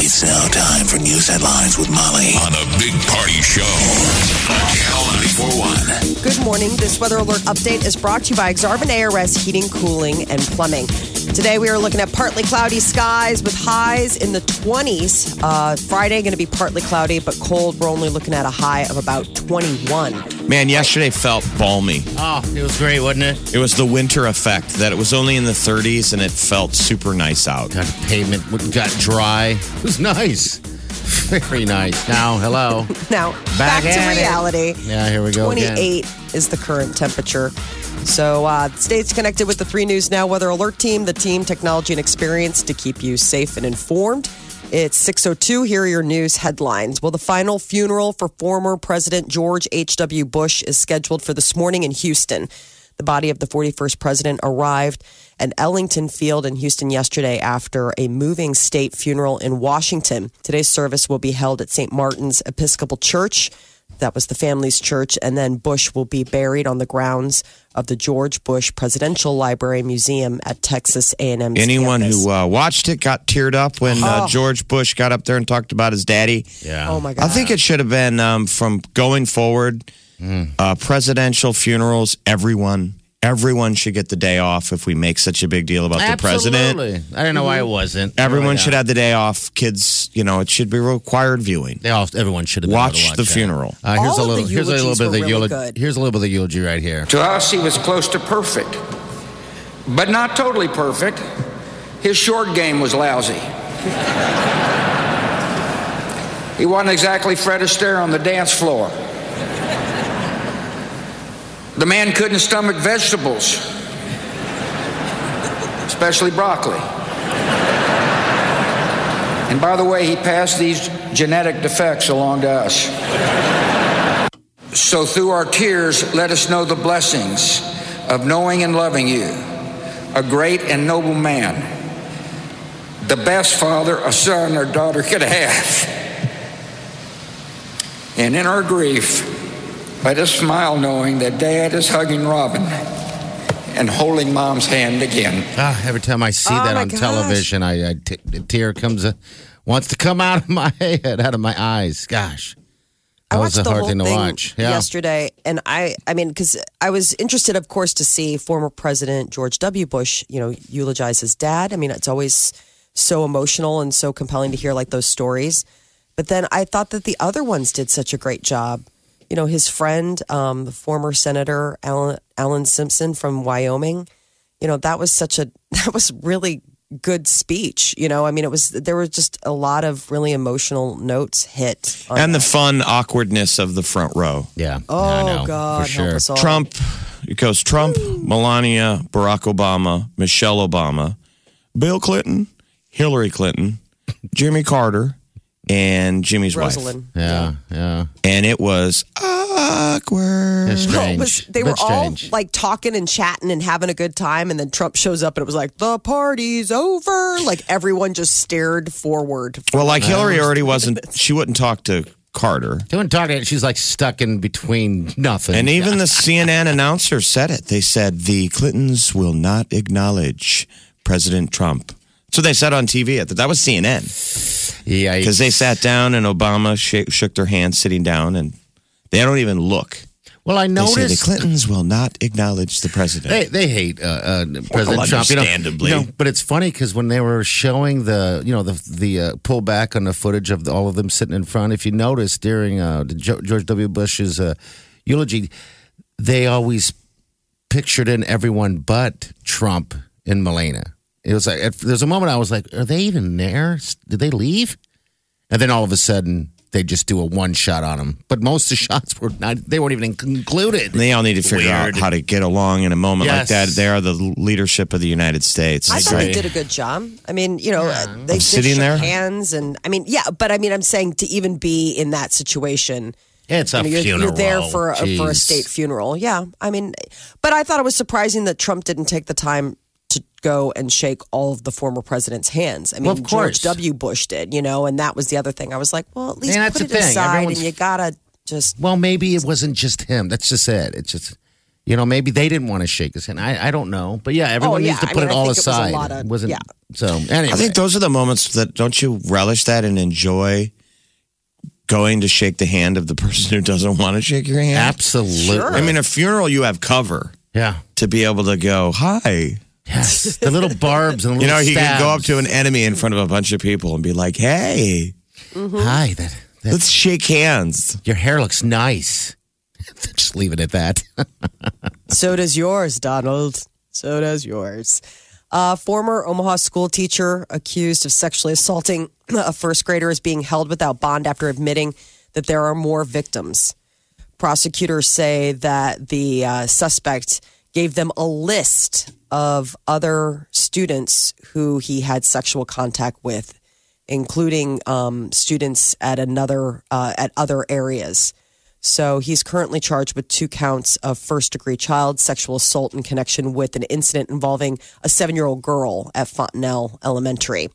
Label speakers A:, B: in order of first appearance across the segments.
A: It's now time for news headlines with Molly on a big party show on Channel 941.
B: Good morning. This weather alert update is brought to you by Xarban ARS Heating, Cooling, and Plumbing. Today we are looking at partly cloudy skies with highs in the 20s. Uh, Friday going to be partly cloudy but cold. We're only looking at a high of about 21.
C: Man, yesterday felt balmy.
D: Oh, it was great, wasn't it?
C: It was the winter effect that it was only in the 30s and it felt super nice out.
D: Got the pavement w- got dry. It was nice. Very nice. Now, hello.
B: Now back,
D: Back
B: to
D: at it.
B: reality.
D: Yeah, here we go again.
B: 28 is the current temperature. So, uh, states connected with the 3 News Now Weather Alert Team, the team, technology, and experience to keep you safe and informed. It's 6.02. Here are your news headlines. Well, the final funeral for former President George H.W. Bush is scheduled for this morning in Houston. The body of the 41st president arrived at Ellington Field in Houston yesterday after a moving state funeral in Washington. Today's service will be held at St. Martin's Episcopal Church. That was the family's church. And then Bush will be buried on the grounds of the George Bush Presidential Library Museum at Texas A&M. 's
C: Anyone
B: campus.
C: who uh, watched it got teared up when uh, George Bush got up there and talked about his daddy.
D: Oh. Yeah.
B: Oh, my God.
C: I think it should have been um, from going forward,
D: Mm.
C: uh, presidential funerals, everyone. Everyone should get the day off if we make such a big deal about the president.
D: Absolutely. I don't know why it
B: Mm-hmm.
D: wasn't.
C: Everyone
D: Yeah.
C: should have the day off. Kids, you know, it should be required viewing.
D: They all, everyone should have been
C: Watch
D: able to
C: the
D: watch that.
C: funeral.
D: Uh, here's
B: All
D: a
B: of
D: little.
B: the
D: Here's a little
B: eulogies
D: bit of the
B: were really
D: eulogy.
B: good.
D: Here's a little bit of the eulogy right here.
E: To us, he was close to perfect, but not totally perfect. His short game was lousy. he wasn't exactly Fred Astaire on the dance floor. The man couldn't stomach vegetables, especially broccoli. And by the way, he passed these genetic defects along to us. So through our tears, let us know the blessings of knowing and loving you, a great and noble man, the best father a son or daughter could have. And in our grief, let us smile knowing that dad is hugging Robin and holding mom's hand again.
D: Ah, every time I see
B: Oh,
D: that
B: my
D: on
B: gosh.
D: television, I, I t- a tear comes, uh, wants to come out of my head, out of my eyes. Gosh, that
B: I
D: was
B: watched
D: a
B: the
D: hard
B: whole
D: thing to
B: thing
D: watch. Yeah.
B: yesterday, and I, I mean, because I was interested, of course, to see former President George W. Bush, you know, eulogize his dad. I mean, it's always so emotional and so compelling to hear like those stories. But then I thought that the other ones did such a great job. You know, his friend, um, the former Senator Alan, Alan Simpson from Wyoming. You know, that was such a that was really good speech. You know, I mean, it was there were just a lot of really emotional notes hit. On
C: And the fun awkwardness of the front row.
D: Yeah.
B: Oh
D: I know,
B: God,
D: for sure.
B: help us all.
C: Trump, it goes Trump, Melania, Barack Obama, Michelle Obama, Bill Clinton, Hillary Clinton, Jimmy Carter, and Jimmy's wife.
B: Rosalind.
D: Yeah, yeah.
C: And it was awkward.
D: It's
B: No, Mm. it
D: strange.
B: was- they were
D: But
B: all
D: strange.
B: like talking and chatting and having a good time, and then Trump shows up and it was like the party's over. Like everyone just stared forward.
C: Well, like Hillary already wasn't, she wouldn't talk to Carter.
D: They wouldn't talk to her. She's like stuck in between nothing.
C: And even the CNN announcer said it. They said the Clintons will not acknowledge President Trump. So they said on TV. That was CNN
D: yeah,
C: because they sat down and Obama sh- shook their hands sitting down, and they don't even look.
D: well, I
C: They say the
D: noticed
C: Clintons will not acknowledge the president.
D: they they hate uh, uh, President
C: Well,
D: Trump. You know,
C: understandably.
D: you know, but it's funny because when they were showing the you know the the uh, pullback on the footage of the, all of them sitting in front, if you notice during uh, the Jo- George W. Bush's uh, eulogy, they always pictured in everyone but Trump and Melania. It was like at, there's a moment I was like, are they even there? S- Did they leave? And then all of a sudden, they just do a one shot on them. But most of the shots were not; they weren't even included.
C: They all need to figure out
D: Weird.
C: how to get along in a moment like
D: Yes.
C: that. They are the leadership of the United States.
B: I
C: It's
B: thought
C: like-
B: they did a good job. I mean, you know, uh, they, they
C: sitting
B: shook
C: there?
B: hands, and I mean, yeah, but I mean, I'm saying to even be in that situation,
D: It's a
B: you know, you're,
D: funeral.
B: you're there for a, for a
D: Jeez.
B: state funeral. Yeah, I mean, but I thought it was surprising that Trump didn't take the time to go and shake all of the former president's hands. I mean,
D: Well, of course.
B: George W. Bush did, you know, and that was the other thing. I was like, well, at least
D: And that's
B: put it
D: the thing.
B: aside, and
D: Everyone's-
B: you gotta just
D: Well, maybe it wasn't just him. That's just it. It's just, you know, maybe they didn't want to shake his hand. I, I don't know. But yeah,
B: Oh,
D: everyone
B: yeah.
D: needs to
B: I
D: put
B: mean,
D: it
B: I
D: all
B: think it was a
D: aside.
B: lot of-
D: wasn't
B: yeah.
D: so. Anyway,
C: I think those are the moments that don't you relish that and enjoy going to shake the hand of the person who doesn't want to shake your hand?
D: absolutely.
C: I mean, a funeral you have cover
D: yeah.
C: to be able to go hi.
D: Yes, the little barbs and
C: You
D: the little
C: know, he can go up
D: stabs.
C: to an enemy in front of a bunch of people and be like, "Hey,
B: Mm-hmm.
D: Hi, that, that
C: let's shake hands."
D: your hair looks nice. Just leave it at that.
B: So does yours, Donald. So does yours. A former Omaha school teacher accused of sexually assaulting a first grader is being held without bond after admitting that there are more victims. Prosecutors say that the uh, suspect gave them a list of other students who he had sexual contact with, including um, students at another uh, at other areas. So he's currently charged with two counts of first degree child sexual assault in connection with an incident involving a seven year old girl at Fontenelle Elementary.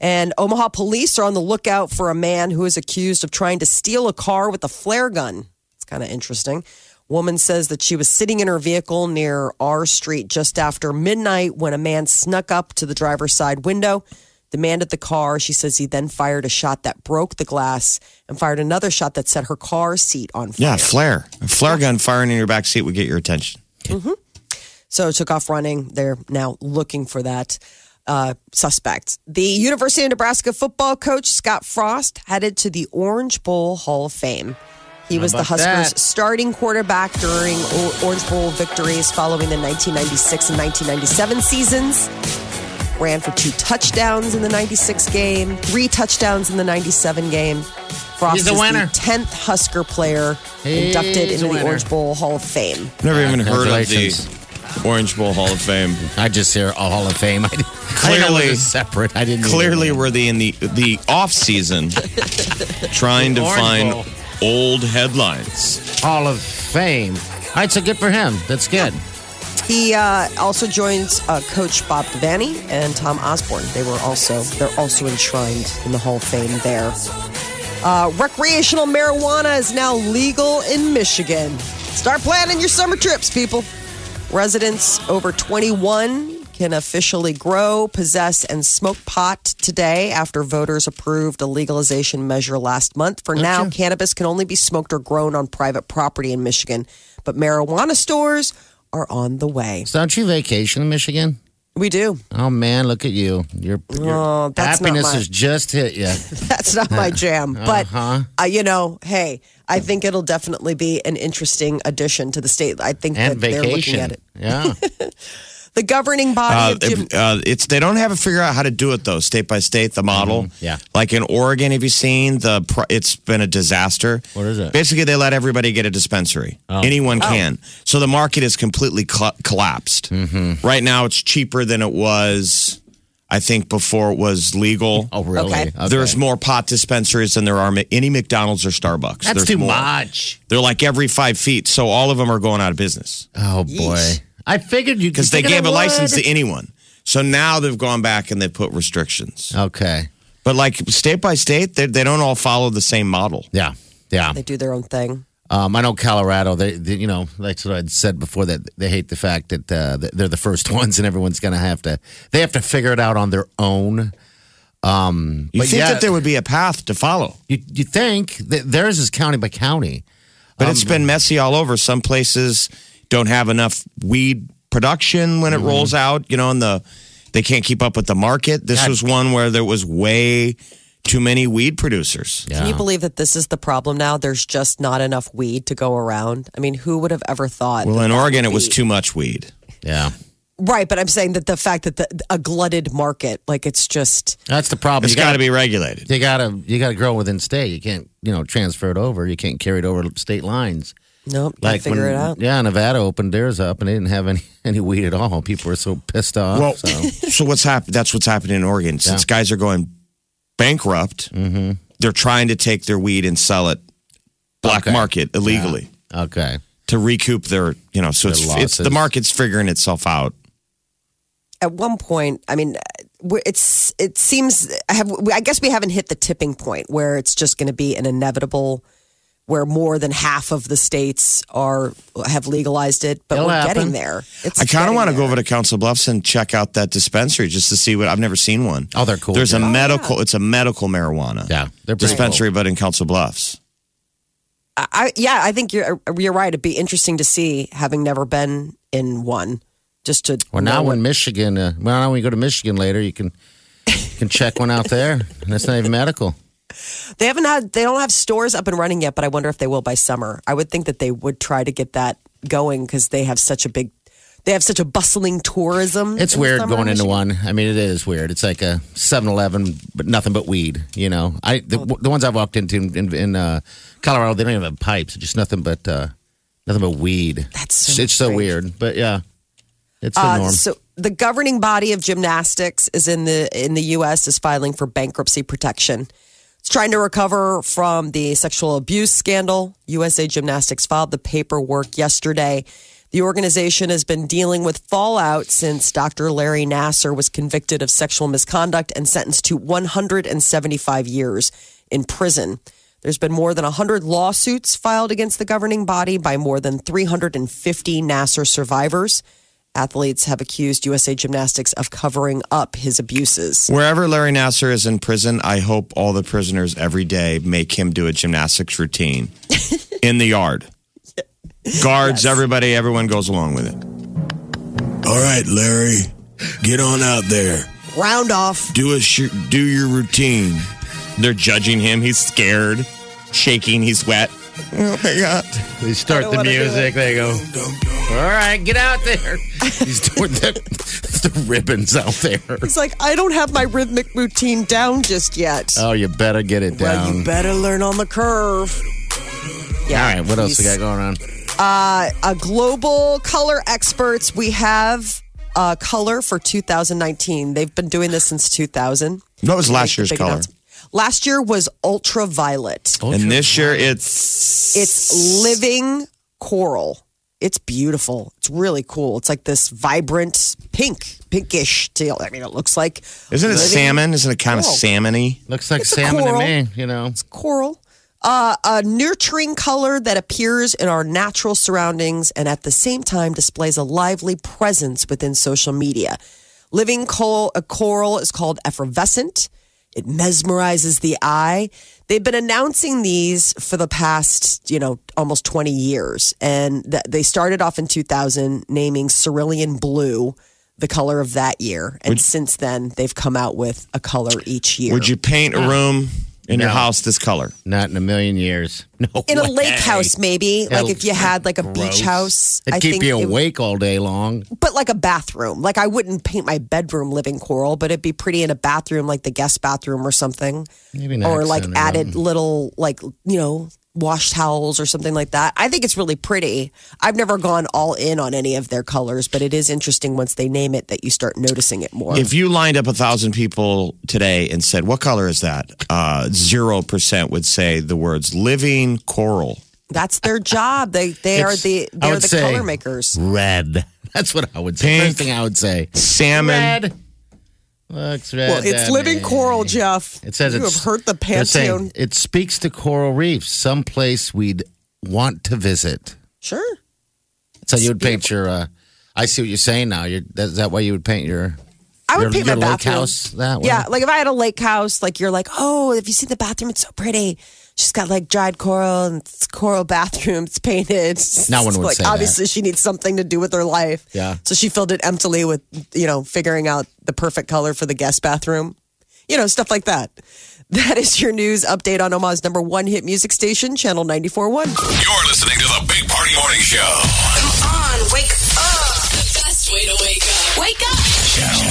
B: And Omaha police are on the lookout for a man who is accused of trying to steal a car with a flare gun. It's kind of interesting. Woman says that she was sitting in her vehicle near R Street just after midnight when a man snuck up to the driver's side window, demanded the car. She says he then fired a shot that broke the glass and fired another shot that set her car seat on fire.
C: Yeah, flare. A flare gun firing in your back seat would get your attention.
B: So took off running. They're now looking for that uh, suspect. The University of Nebraska football coach Scott Frost headed to the Orange Bowl Hall of Fame. He was the
D: about
B: Huskers'
D: that?
B: starting quarterback during O- Orange Bowl victories following the 1996 and 1997 seasons. Ran for two touchdowns in the 96 game, three touchdowns in the 97 game. Frost
D: He's a
B: is
D: winner.
B: the 10th Husker player inducted
D: He's
B: into the
D: a winner.
B: Orange Bowl Hall of Fame.
C: Never even heard of
D: Congratulations.
C: the Orange Bowl Hall of Fame.
D: I just hear a Hall of Fame. I, didn't- I didn't know it
C: Clearly-
D: was separate. I didn't
C: Clearly,
D: even-
C: were they in the the off season trying to
D: Orange
C: find
D: Bowl.
C: old headlines?
D: Hall of Fame. All right, so good for him. That's good.
B: He uh, also joins uh, Coach Bob Devaney and Tom Osborne. They were also they're also enshrined in the Hall of Fame there. Uh, recreational marijuana is now legal in Michigan. Start planning your summer trips, people. Residents over 21 can officially grow, possess, and smoke pot today after voters approved a legalization measure last month. For now, cannabis can only be smoked or grown on private property in Michigan, but marijuana stores are on the way.
D: So don't you vacation in Michigan?
B: We do.
D: Oh man, look at you. Your, your
B: Oh, that's not
D: happiness
B: my-
D: has just hit you.
B: That's not my jam, but
D: Uh-huh.
B: uh, you know, hey, I think it'll definitely be an interesting addition to the state. I think that
D: And
B: they're looking at
D: vacation.
B: it.
D: Yeah.
B: The governing body
C: Uh,
B: of Jim-
C: if- uh, it's they don't have to figure out how to do it though, state by state, the model.
D: Mm-hmm. yeah.
C: like in Oregon, have you seen the? Pro- it's been a disaster.
D: What is it? Oh.
C: Basically, they let everybody get a dispensary. Anyone can. So the market is completely cl- collapsed. Mm-hmm. Right now, it's cheaper than it was. I think before it was legal.
D: Oh really?
B: Okay.
C: There's more pot dispensaries than there are ma- any McDonald's or Starbucks.
D: That's
C: There's
D: too
C: more.
D: much.
C: They're like every five feet, so all of them are going out of business
D: Oh boy. I figured you
C: because they
D: figured
C: gave
D: I
C: a license
D: would.
C: to anyone. So now they've gone back and they put restrictions.
D: Okay.
C: But like state by state, they, they don't all follow the same model.
D: Yeah. Yeah.
B: they do their own thing.
D: Um, I know Colorado. They, they, you know, that's what I'd said before that they hate the fact that uh, that they're the first ones, and everyone's going to have to. They have to figure it out on their own.
C: You
D: But
C: think
D: yeah-
C: that there would be a path to follow,
D: You you think that theirs is county by county?
C: but
D: Um,
C: it's been messy all over. Some places don't have enough weed production when it
D: Mm-hmm.
C: rolls out. You know, and the they can't keep up with the market. This
D: God.
C: was one where there was way too many weed producers.
B: Can you believe that this is the problem now? There's just not enough weed to go around. I mean, who would have ever thought?
C: Well, in Oregon, it was too much weed.
D: Yeah,
B: right, but I'm saying that the fact that the, a glutted market, like it's just
D: that's the problem.
C: It's
D: You gotta-
C: got to be regulated.
D: You gotta you gotta grow within state. You can't you know transferred over. You can't carry it over state lines.
B: Nope, like figure
D: when-
B: it out.
D: Yeah, Nevada opened theirs up and they didn't have any any weed at all. People were so pissed off.
C: Well,
D: so.
C: so what's happened? That's what's happening in Oregon. Since guys are going bankrupt,
D: Mm-hmm.
C: they're trying to take their weed and sell it black
D: Okay.
C: market illegally
D: Okay.
C: to recoup their, you know. So
D: Their
C: it's, it's the
D: losses.
C: market's figuring itself out.
B: at one point, I mean, we- it's it seems I have I guess we haven't hit the tipping point where it's just going to be an inevitable where more than half of the states are have legalized it, but
D: It'll
B: we're getting
D: happen.
B: there. It's
C: I kind
B: getting
C: of want to go
B: there.
C: over to Council Bluffs and check out that dispensary just to see what I've never seen one.
D: Oh, they're cool.
C: There's a
D: yeah.
C: medical. It's a medical marijuana.
D: Yeah, they're pretty
C: dispensary, but in Council Bluffs.
B: I, yeah, I think you're you're right. It'd be interesting to see, having never been in one, just to
D: Well,
B: know
D: now
B: what-
D: when Michigan, uh, well, now when you go to Michigan later, you can you can check one out there. And that's not even medical.
B: they haven't had they don't have stores up and running yet, but I wonder if they will by summer. I would think that they would try to get that going because they have such a big. They have such a bustling tourism.
D: It's
B: in the
D: weird
B: summer in
D: going into
B: Michigan.
D: one. I mean, it is weird. It's like a 7-Eleven, but nothing but weed. You know, I the, the ones I've walked into in, in uh, Colorado, they don't even have pipes. It's just nothing but uh, nothing but weed.
B: That's
D: it's,
B: so
D: it's so
B: strange.
D: weird, but yeah, it's the
B: Uh,
D: norm.
B: So the governing body of gymnastics is in the in the U.S. is filing for bankruptcy protection. It's trying to recover from the sexual abuse scandal. USA Gymnastics filed the paperwork yesterday. The organization has been dealing with fallout since Dr. Larry Nasser was convicted of sexual misconduct and sentenced to 175 years in prison. There's been more than 100 lawsuits filed against the governing body by more than 350 Nasser survivors. Athletes have accused USA Gymnastics of covering up his abuses.
C: Wherever Larry Nasser is in prison, I hope all the prisoners every day make him do a gymnastics routine in the yard. Guards, everybody, everyone goes along with it.
F: All right, Larry, get on out there.
B: Round off.
C: Do a sh- do your routine. They're judging him. He's scared, shaking. He's wet. Oh my god!
D: They start the music. They go, all right, get out there. He's doing the, the ribbons out there.
B: He's like, I don't have my rhythmic routine down just yet.
D: Oh, you better get it
B: well,
D: down.
B: you better learn on the curve. Yeah,
D: all right, what else we
B: he's-
D: got going on?
B: uh, global color experts. We have uh, color for 2019. They've been doing this since 2000.
C: What was last year's
B: Big
C: color?
B: announcement. Last year was ultraviolet.
C: And this year, it's
B: It's living coral. It's beautiful. It's really cool. It's like this vibrant pink, pinkish teal. I mean, it looks like
C: isn't it salmon? Isn't it kind of
B: Coral.
C: salmony?
D: Looks like
B: It's a
D: salmon
B: coral.
D: to me. You know,
B: coral, uh, a nurturing color that appears in our natural surroundings and at the same time displays a lively presence within social media. Living coral, a coral is called effervescent. It mesmerizes the eye. They've been announcing these for the past, you know, almost 20 years. And th- they started off in 2000 naming cerulean blue the color of that year. And since then, they've come out with a color each year.
C: Would you paint a room in your
D: No.
C: house this color?
D: not in a million years. No,
B: in a
D: way.
B: lake house maybe like
D: That'll-
B: if you had like a beach
D: Gross.
B: house
D: It'd
B: I
D: keep
B: think
D: you
B: it-
D: awake all day long.
B: but like a bathroom like i wouldn't paint my bedroom living coral but it'd be pretty in a bathroom like the guest bathroom or something
D: Maybe an
B: or like
D: accent or
B: added
D: something.
B: little like you know wash towels or something like that i think it's really pretty i've never gone all in on any of their colors but it is interesting once they name it that you start noticing it more
C: If you lined up a thousand people today and said, "What color is that?" Uh, Zero percent would say the words "living coral."
B: that's their job they they are
D: It's-
B: the
D: I
B: they're
D: would
B: the
D: say
B: color makers
D: Red. That's what I would say.
C: Pink.
D: First thing I would say.
C: Salmon.
D: Red. Looks red.
B: well it's
D: to
B: living
D: me.
B: coral jeff
D: It says
B: you
D: it's,
B: have hurt the
D: they're saying
B: pantheon
D: It speaks to coral reefs, some place we'd want to visit.
B: sure
D: So you would paint your. Uh, I see what you're saying now. You're, that, is that why you would paint your?
B: I would
D: Your-
B: paint
D: your
B: my
D: lake
B: bathroom.
D: house that way?
B: Yeah, like if I had a lake house, like you're like, oh, if you see the bathroom, it's so pretty. She's got like dried coral and it's coral bathroom. It's painted.
D: No one would
B: like,
D: say that.
B: Obviously, she needs something to do with her life.
D: Yeah.
B: So she filled it emptily with you know figuring out the perfect color for the guest bathroom. You know stuff like that. That is your news update on Omaha's number one hit music station, Channel 94.1.
A: You're listening to the Big Party Morning Show.
G: Come on, wake up. The best way to wake up. Wake up.
A: Channel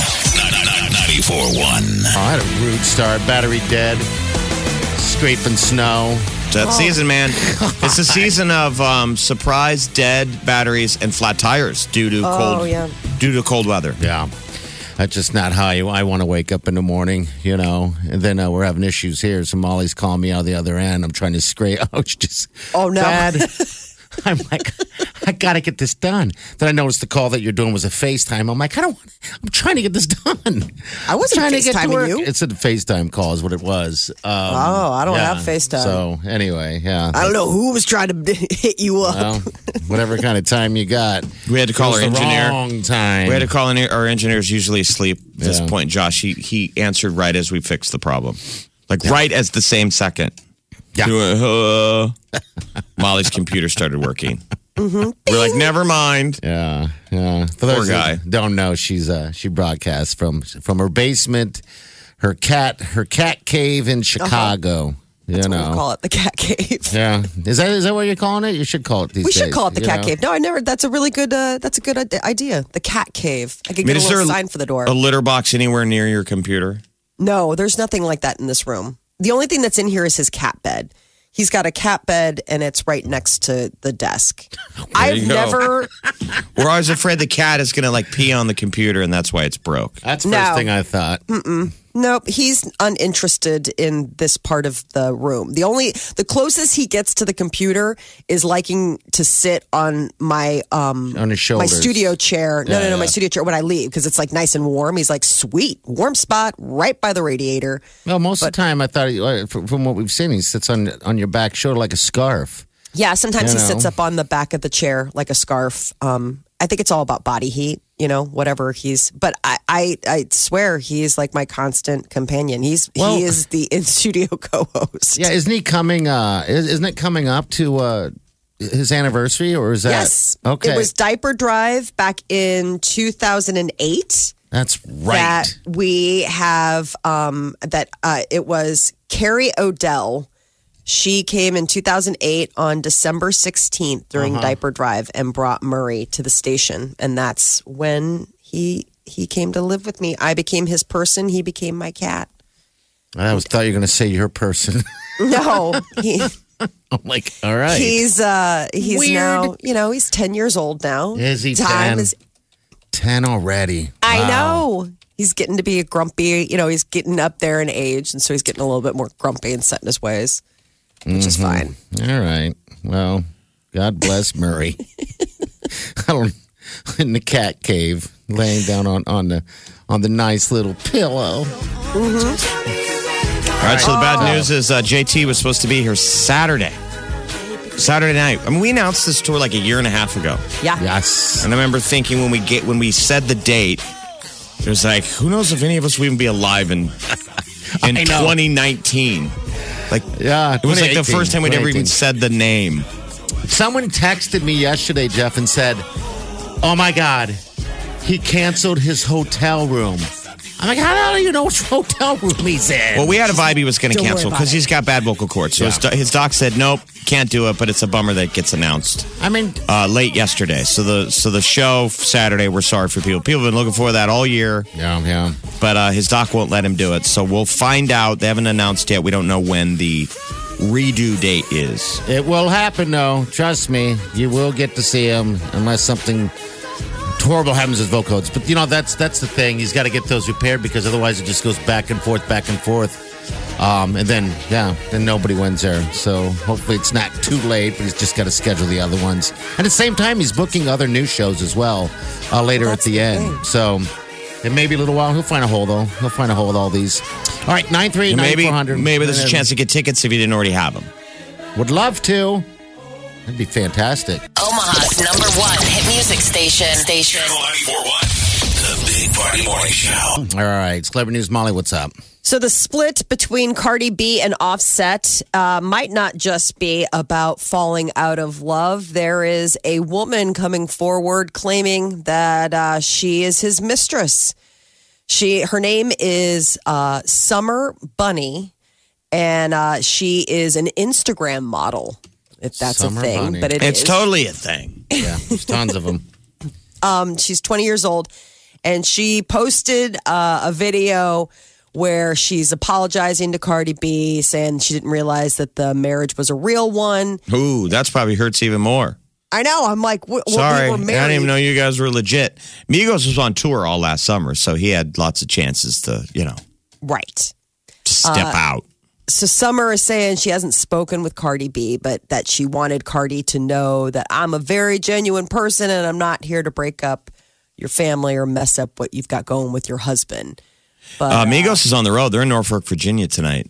A: 941.
D: Oh, I had a rude start. Battery dead. Scraping snow.
C: It's that season, man. It's the season of um, surprise dead batteries and flat tires due to cold
B: Oh, yeah.
C: due to cold weather.
D: Yeah. That's just not how you, I want to wake up in the morning, you know. And then uh, we're having issues here. So Molly's calling me out the other end. I'm trying to scrape. Oh, she just.
B: Oh, no.
D: Dad. I'm like, I got to get this done. Then I noticed the call that you're doing was a FaceTime. I'm like, I don't want, I'm trying to get this done.
B: I wasn't
D: trying to get to
B: FaceTiming
D: work.
B: you.
D: It's a FaceTime call, is what it was. Um, oh,
B: I don't have FaceTime.
D: So, anyway, yeah.
B: I don't know who was trying to hit you up.
D: Well, whatever kind of time you got.
C: We had to
D: It
C: call
D: was
C: our
D: the
C: engineer.
D: Wrong time.
C: We had to call in. Our engineer's usually asleep at this
D: Yeah.
C: point. Josh, he he answered right as we fixed the problem, like right as the same second.
D: Yeah.
C: He went, "Hello." Molly's computer started working. We're like, never mind.
D: Yeah, yeah. For
C: Poor
D: those
C: guy.
D: That don't know she's uh, she broadcasts from from her basement, her cat her cat cave in Chicago. You
B: Uh-huh. That's what
D: know.
B: we call it the cat cave.
D: Yeah, is that is that what you're calling it? You should call it these
B: We should
D: days,
B: call it the
D: you
B: cat
D: know?
B: cave. No, I never. That's a really good. Uh, that's a good ide- idea. The cat cave. I could
C: I
B: get
C: mean,
B: a
C: is there
B: little
C: a-
B: sign for the door.
C: A litter box anywhere near your computer?
B: no, there's nothing like that in this room. The only thing that's in here is his cat bed. He's got a cat bed, and it's right next to the desk. I've
C: you go.
B: never.
C: We're always afraid the cat is going to like pee on the computer, and that's why it's broke.
D: That's the
B: No.
D: first thing I thought.
B: mm, Nope, he's uninterested in this part of the room. The only the closest he gets to the computer is liking to sit on my um
D: On
B: my
D: his shoulders.
B: studio chair. No, no, no, my studio chair when I leave because it's like nice and warm. He's like, "Sweet, warm spot right by the radiator."
D: Well, most of the time I thought he- uh, from from what we've seen, he sits on on your back shoulder like a scarf.
B: Yeah, sometimes
D: You
B: he sits
D: know.
B: up on the back of the chair like a scarf. Um, I think it's all about body heat, you know, whatever he's. But I, I, I swear he is like my constant companion. He's
D: Well-
B: he is the in studio co-host.
D: Yeah, isn't he coming? uh is- Isn't it coming up to uh his anniversary, or is that
B: Yes.
D: okay?
B: It was diaper drive back in 2008
D: That's right.
B: that we have um that uh it was Carrie Odell. She came in 2008 on December 16th
D: Uh-huh.
B: during diaper drive and brought Murray to the station and that's when he he came to live with me. I became his person, he became my cat.
D: I was thought you were going to say your person.
B: No. He,
D: I'm like, all right.
B: he's uh he's
D: Weird.
B: now, you know, he's 10 years old now.
D: Is he
B: Time
D: 10?
B: is
D: 10 already.
B: I
D: Wow.
B: know. He's getting to be a grumpy, you know, he's getting up there in age. And so he's getting a little bit more grumpy and set in his ways, which is
D: Mm-hmm.
B: fine.
D: All right. Well, God bless Murray. I don't in the cat cave, laying down on, on the on the nice little pillow.
C: All right, so the
D: Oh.
C: bad news is uh, JT was supposed to be here Saturday. Saturday night. I mean, we announced this tour like a year and a half ago.
B: Yeah.
D: Yes.
C: And I remember thinking when we get when we said the date, it was like, who knows if any of us will even be alive in in
D: I know.
C: 2019. Like
D: Yeah.
C: it was like the first time we'd ever even said the name.
D: Someone texted me yesterday, Jeff, and said, "Oh my God, he canceled his hotel room." I'm like, how the hell do you know which hotel room he's in?
C: Well, we had a vibe he was going to
B: Don't worry
C: cancel
B: about
C: because
B: it.
C: he's got bad vocal cords. So his,
D: Yeah.
C: do- his doc said, nope, can't do it. But it's a bummer that it gets announced.
D: I mean,
C: uh, late yesterday. So the so the show Saturday. We're sorry for people. People have been looking for that all year,
D: yeah, yeah.
C: but uh, his doc won't let him do it. So we'll find out. They haven't announced yet. We don't know when the redo date is.
D: It will happen, though. Trust me, you will get to see him unless something horrible happens with vocodes. But you know that's that's the thing. He's got to get those repaired because otherwise it just goes back and forth, back and forth, um, and then yeah, then nobody wins there. So hopefully it's not too late, but he's just got to schedule the other ones. And at the same time, he's booking other new shows as well uh, later at
B: That's
D: the,
B: the
D: end.
B: thing.
D: So. It may be a little while. He'll find a hole, though. He'll find a hole with all these. All right, nine three
C: And
D: nine
C: maybe
D: four hundred.
C: maybe there's a chance to get tickets if you didn't already have them.
D: Would love to. That'd be fantastic.
G: Omaha's number one hit music station. Station.
A: Channel 941. The Big Party Morning Show.
D: All right, celebrity news, Molly. What's up?
B: So the split between Cardi B and Offset uh, might not just be about falling out of love. There is a woman coming forward claiming that uh, she is his mistress. She her name is uh, Summer Bunny, and uh, she is an Instagram model. If that's
D: Summer
B: a thing,
D: Bunny.
B: but it
C: It's
B: is.
C: totally a thing.
D: Yeah, there's tons of them.
B: Um, she's 20 years old, and she posted uh, a video where she's apologizing to Cardi B, saying she didn't realize that the marriage was a real one.
C: Ooh, that's probably hurts even more.
B: I know. I'm like, w- well,
C: Sorry,
B: we
C: I
B: were married.
C: didn't even know you guys were legit. Migos was on tour all last summer, so he had lots of chances to, you know,
B: Right.
C: step
B: Uh,
C: out.
B: So Summer is saying she hasn't spoken with Cardi B, but that she wanted Cardi to know that I'm a very genuine person and I'm not here to break up your family or mess up what you've got going with your husband. But
C: Uh, Migos is on the road. They're in Norfolk, Virginia tonight.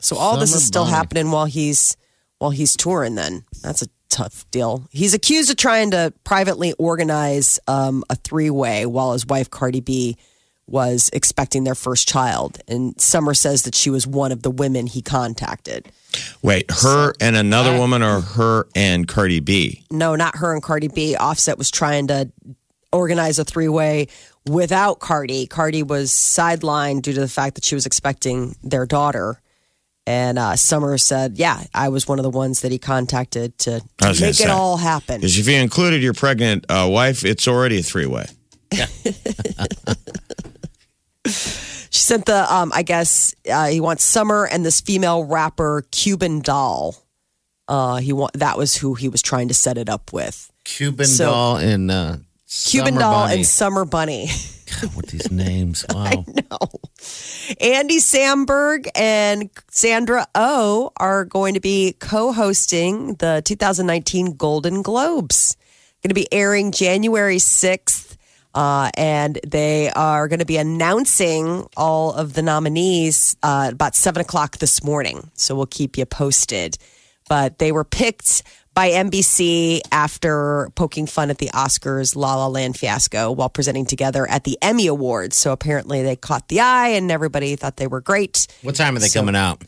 B: So all this
D: Summer
B: is still
D: Bonnie.
B: happening while he's while he's touring. Then that's a tough deal. He's accused of trying to privately organize um, a three way while his wife Cardi B was expecting their first child, and Summer says that she was one of the women he contacted.
C: Wait, her and another woman, or her and Cardi B?
B: No, not her and Cardi B. Offset was trying to organize a three way without Cardi. Cardi was sidelined due to the fact that she was expecting their daughter. And uh, Summer said, Yeah, I was one of the ones that he contacted to,
C: I
B: to
C: was gonna
B: make it
C: say.
B: all happen.
C: Because if you included your pregnant uh, wife, it's already a three way.
B: She sent the, um, I guess, uh, he wants Summer and this female rapper, Cuban Doll. Uh, he wa- That was who he was trying to set it up with.
D: Cuban
B: So-
D: doll and uh,
B: Cuban
D: Summer
B: Doll
D: Bunny.
B: and Summer Bunny.
D: God, what these names? Wow.
B: Andy Samberg and Sandra O oh are going to be co-hosting the 2019 Golden Globes. Going to be airing January 6th, uh, and they are going to be announcing all of the nominees uh, about seven o'clock this morning. So we'll keep you posted. But they were picked by NBC after poking fun at the Oscars La La Land fiasco while presenting together at the Emmy Awards. So apparently they caught the eye and everybody thought they were great.
D: What time are they coming out?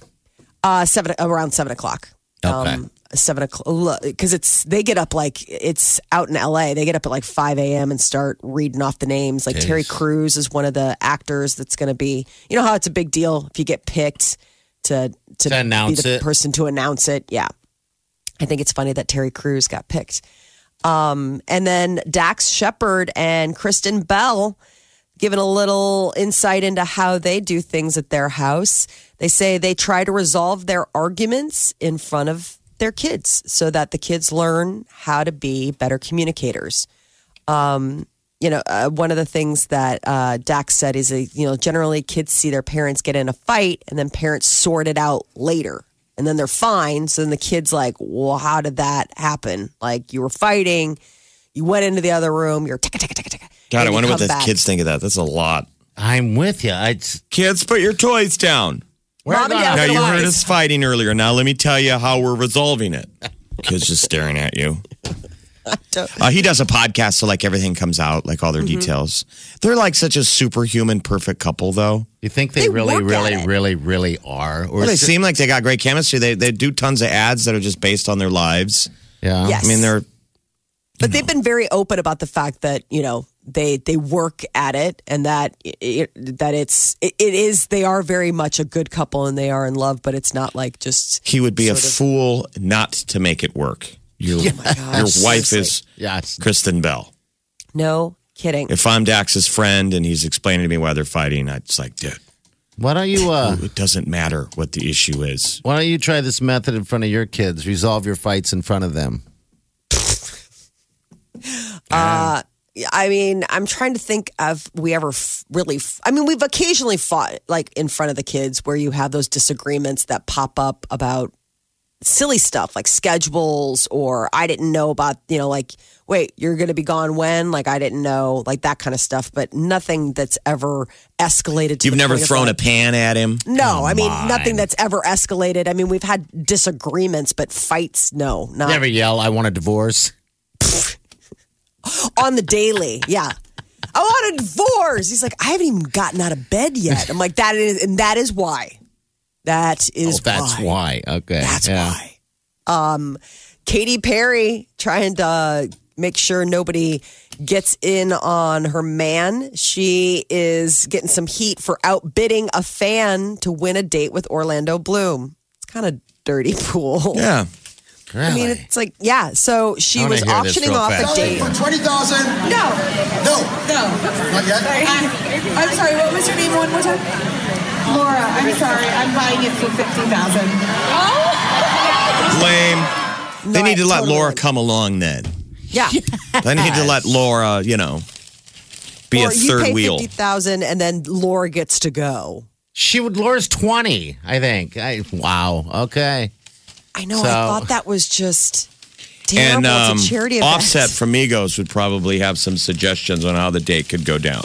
B: Uh, seven around seven o'clock.
D: Okay.
B: seven o'clock because it's they get up like it's out in L.A. They get up at like five a.m. and start reading off the names. Like Terry Crews is one of the actors that's going to be. You know how it's a big deal if you get picked to to,
D: To announce
B: be the
D: it.
B: person to announce it. Yeah, I think it's funny that Terry Crews got picked. Um, and then Dax Shepard and Kristen Bell given a little insight into how they do things at their house. They say they try to resolve their arguments in front of their kids so that the kids learn how to be better communicators. Um, you know, uh, one of the things that uh, Dax said is, that, you know, generally kids see their parents get in a fight and then parents sort it out later. And then they're fine. So then the kid's like, well, how did that happen? Like, you were fighting, you went into the other room, you're ticka, ticka, ticka, ticka.
C: God,
B: and
C: I
B: you
C: wonder what
B: come
C: the
B: back.
C: kids think of that. That's a lot.
D: I'm with you. I,
C: Kids, put your toys down.
B: Mom and Dad
C: Now,
B: are
C: you
B: lies.
C: heard us fighting earlier. Now, let me tell you how we're resolving it. Kids just staring at you. Uh, he does a podcast, so like everything comes out, like all their details. They're like such a superhuman, perfect couple, though.
D: you think they,
B: They
D: really,
B: work at
D: really,
B: it.
D: really, really are? Or
C: Well, they
D: is it-
C: seem like they got great chemistry. They they do tons of ads that are just based on their lives.
D: yeah.
B: Yes.
C: I mean, they're
B: but they've been very open about the fact that you know they they work at it and that it, that it's it, it is they are very much a good couple and they are in love, but it's not like just
C: he would be a fool not to make it work. Your, your wife is
D: Yes.
C: Kristen Bell.
B: no kidding.
C: If I'm Dax's friend and he's explaining to me why they're fighting, I'm just like, dude,
D: Why don't you uh
C: it doesn't matter what the issue is.
D: why don't you try this method in front of your kids? Resolve your fights in front of them.
B: Uh, I mean, I'm trying to think of we ever f- really. F- I mean, we've occasionally fought like in front of the kids where you have those disagreements that pop up about silly stuff like schedules or I didn't know about, you know, like, wait, you're going to be gone when? Like, I didn't know, like that kind of stuff, but nothing that's ever escalated to
C: You've
B: the
C: never
B: point of,
C: thrown a
B: like-
C: pan at him.
B: No, I mean, nothing that's ever escalated. I mean, we've had disagreements, but fights, no, not
D: Never yell, I want a divorce.
B: on the daily. Yeah. I want a divorce. He's like, I haven't even gotten out of bed yet. I'm like, that is, and that is why. That is
D: Oh, that's why. Okay.
B: That's
D: yeah.
B: why. Um, Katy Perry trying to make sure nobody gets in on her man. She is getting some heat for outbidding a fan to win a date with Orlando Bloom. It's kind of dirty pool.
C: Yeah.
D: Really?
B: I mean, it's like, yeah. So she
D: I wanna
B: was
D: hear this
B: auctioning
D: real
B: off a
D: fast.
B: date.
H: For 20000 No. No. No. Not yet?
I: Sorry. I'm sorry, what was your name one more time? Laura, I'm sorry, I'm buying it for 50000 Oh!
C: Lame. they
B: No,
C: need to let
B: totally.
C: Laura come along then.
B: Yeah.
C: They need to let Laura, you know, be
B: or
C: a
B: you
C: third
B: pay
C: wheel.
B: 50000 and then Laura gets to go.
D: She would. Laura's twenty, I think. I, wow. Okay.
B: I know.
D: So-
B: I thought that was just terrible.
C: and um,
B: it's a charity event.
C: Offset from Migos would probably have some suggestions on how the date could go down.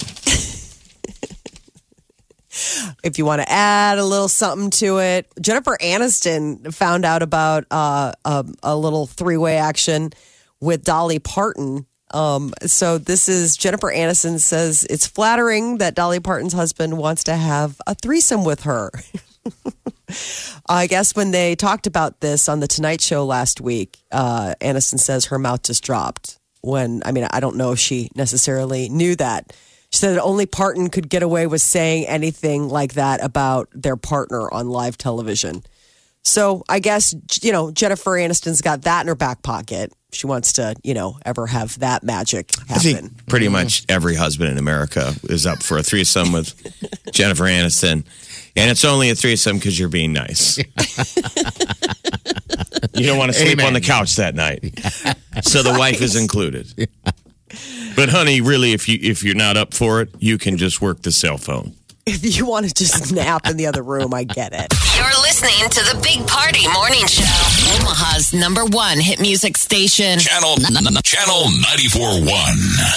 B: if you want to add a little something to it. Jennifer Aniston found out about uh, a, a little three way action with Dolly Parton. Um, so this is Jennifer Aniston says it's flattering that Dolly Parton's husband wants to have a threesome with her. I guess when they talked about this on the Tonight Show last week, uh, Aniston says her mouth just dropped. When I mean, I don't know if she necessarily knew that. She said that only Parton could get away with saying anything like that about their partner on live television. So I guess you know Jennifer Aniston's got that in her back pocket. She wants to you know ever have that magic happen.
C: I think pretty much every husband in America is up for a threesome with Jennifer Aniston. And it's only a threesome because you're being nice. you don't want to sleep
D: Amen.
C: on the couch that night. So the wife is included. But honey, really if you if you're not up for it, you can just work the cell phone.
B: if you want to just nap in the other room, I get it.
G: You're listening to the Big Party Morning Show. Omaha's number one hit music station.
A: Channel, channel 94.1.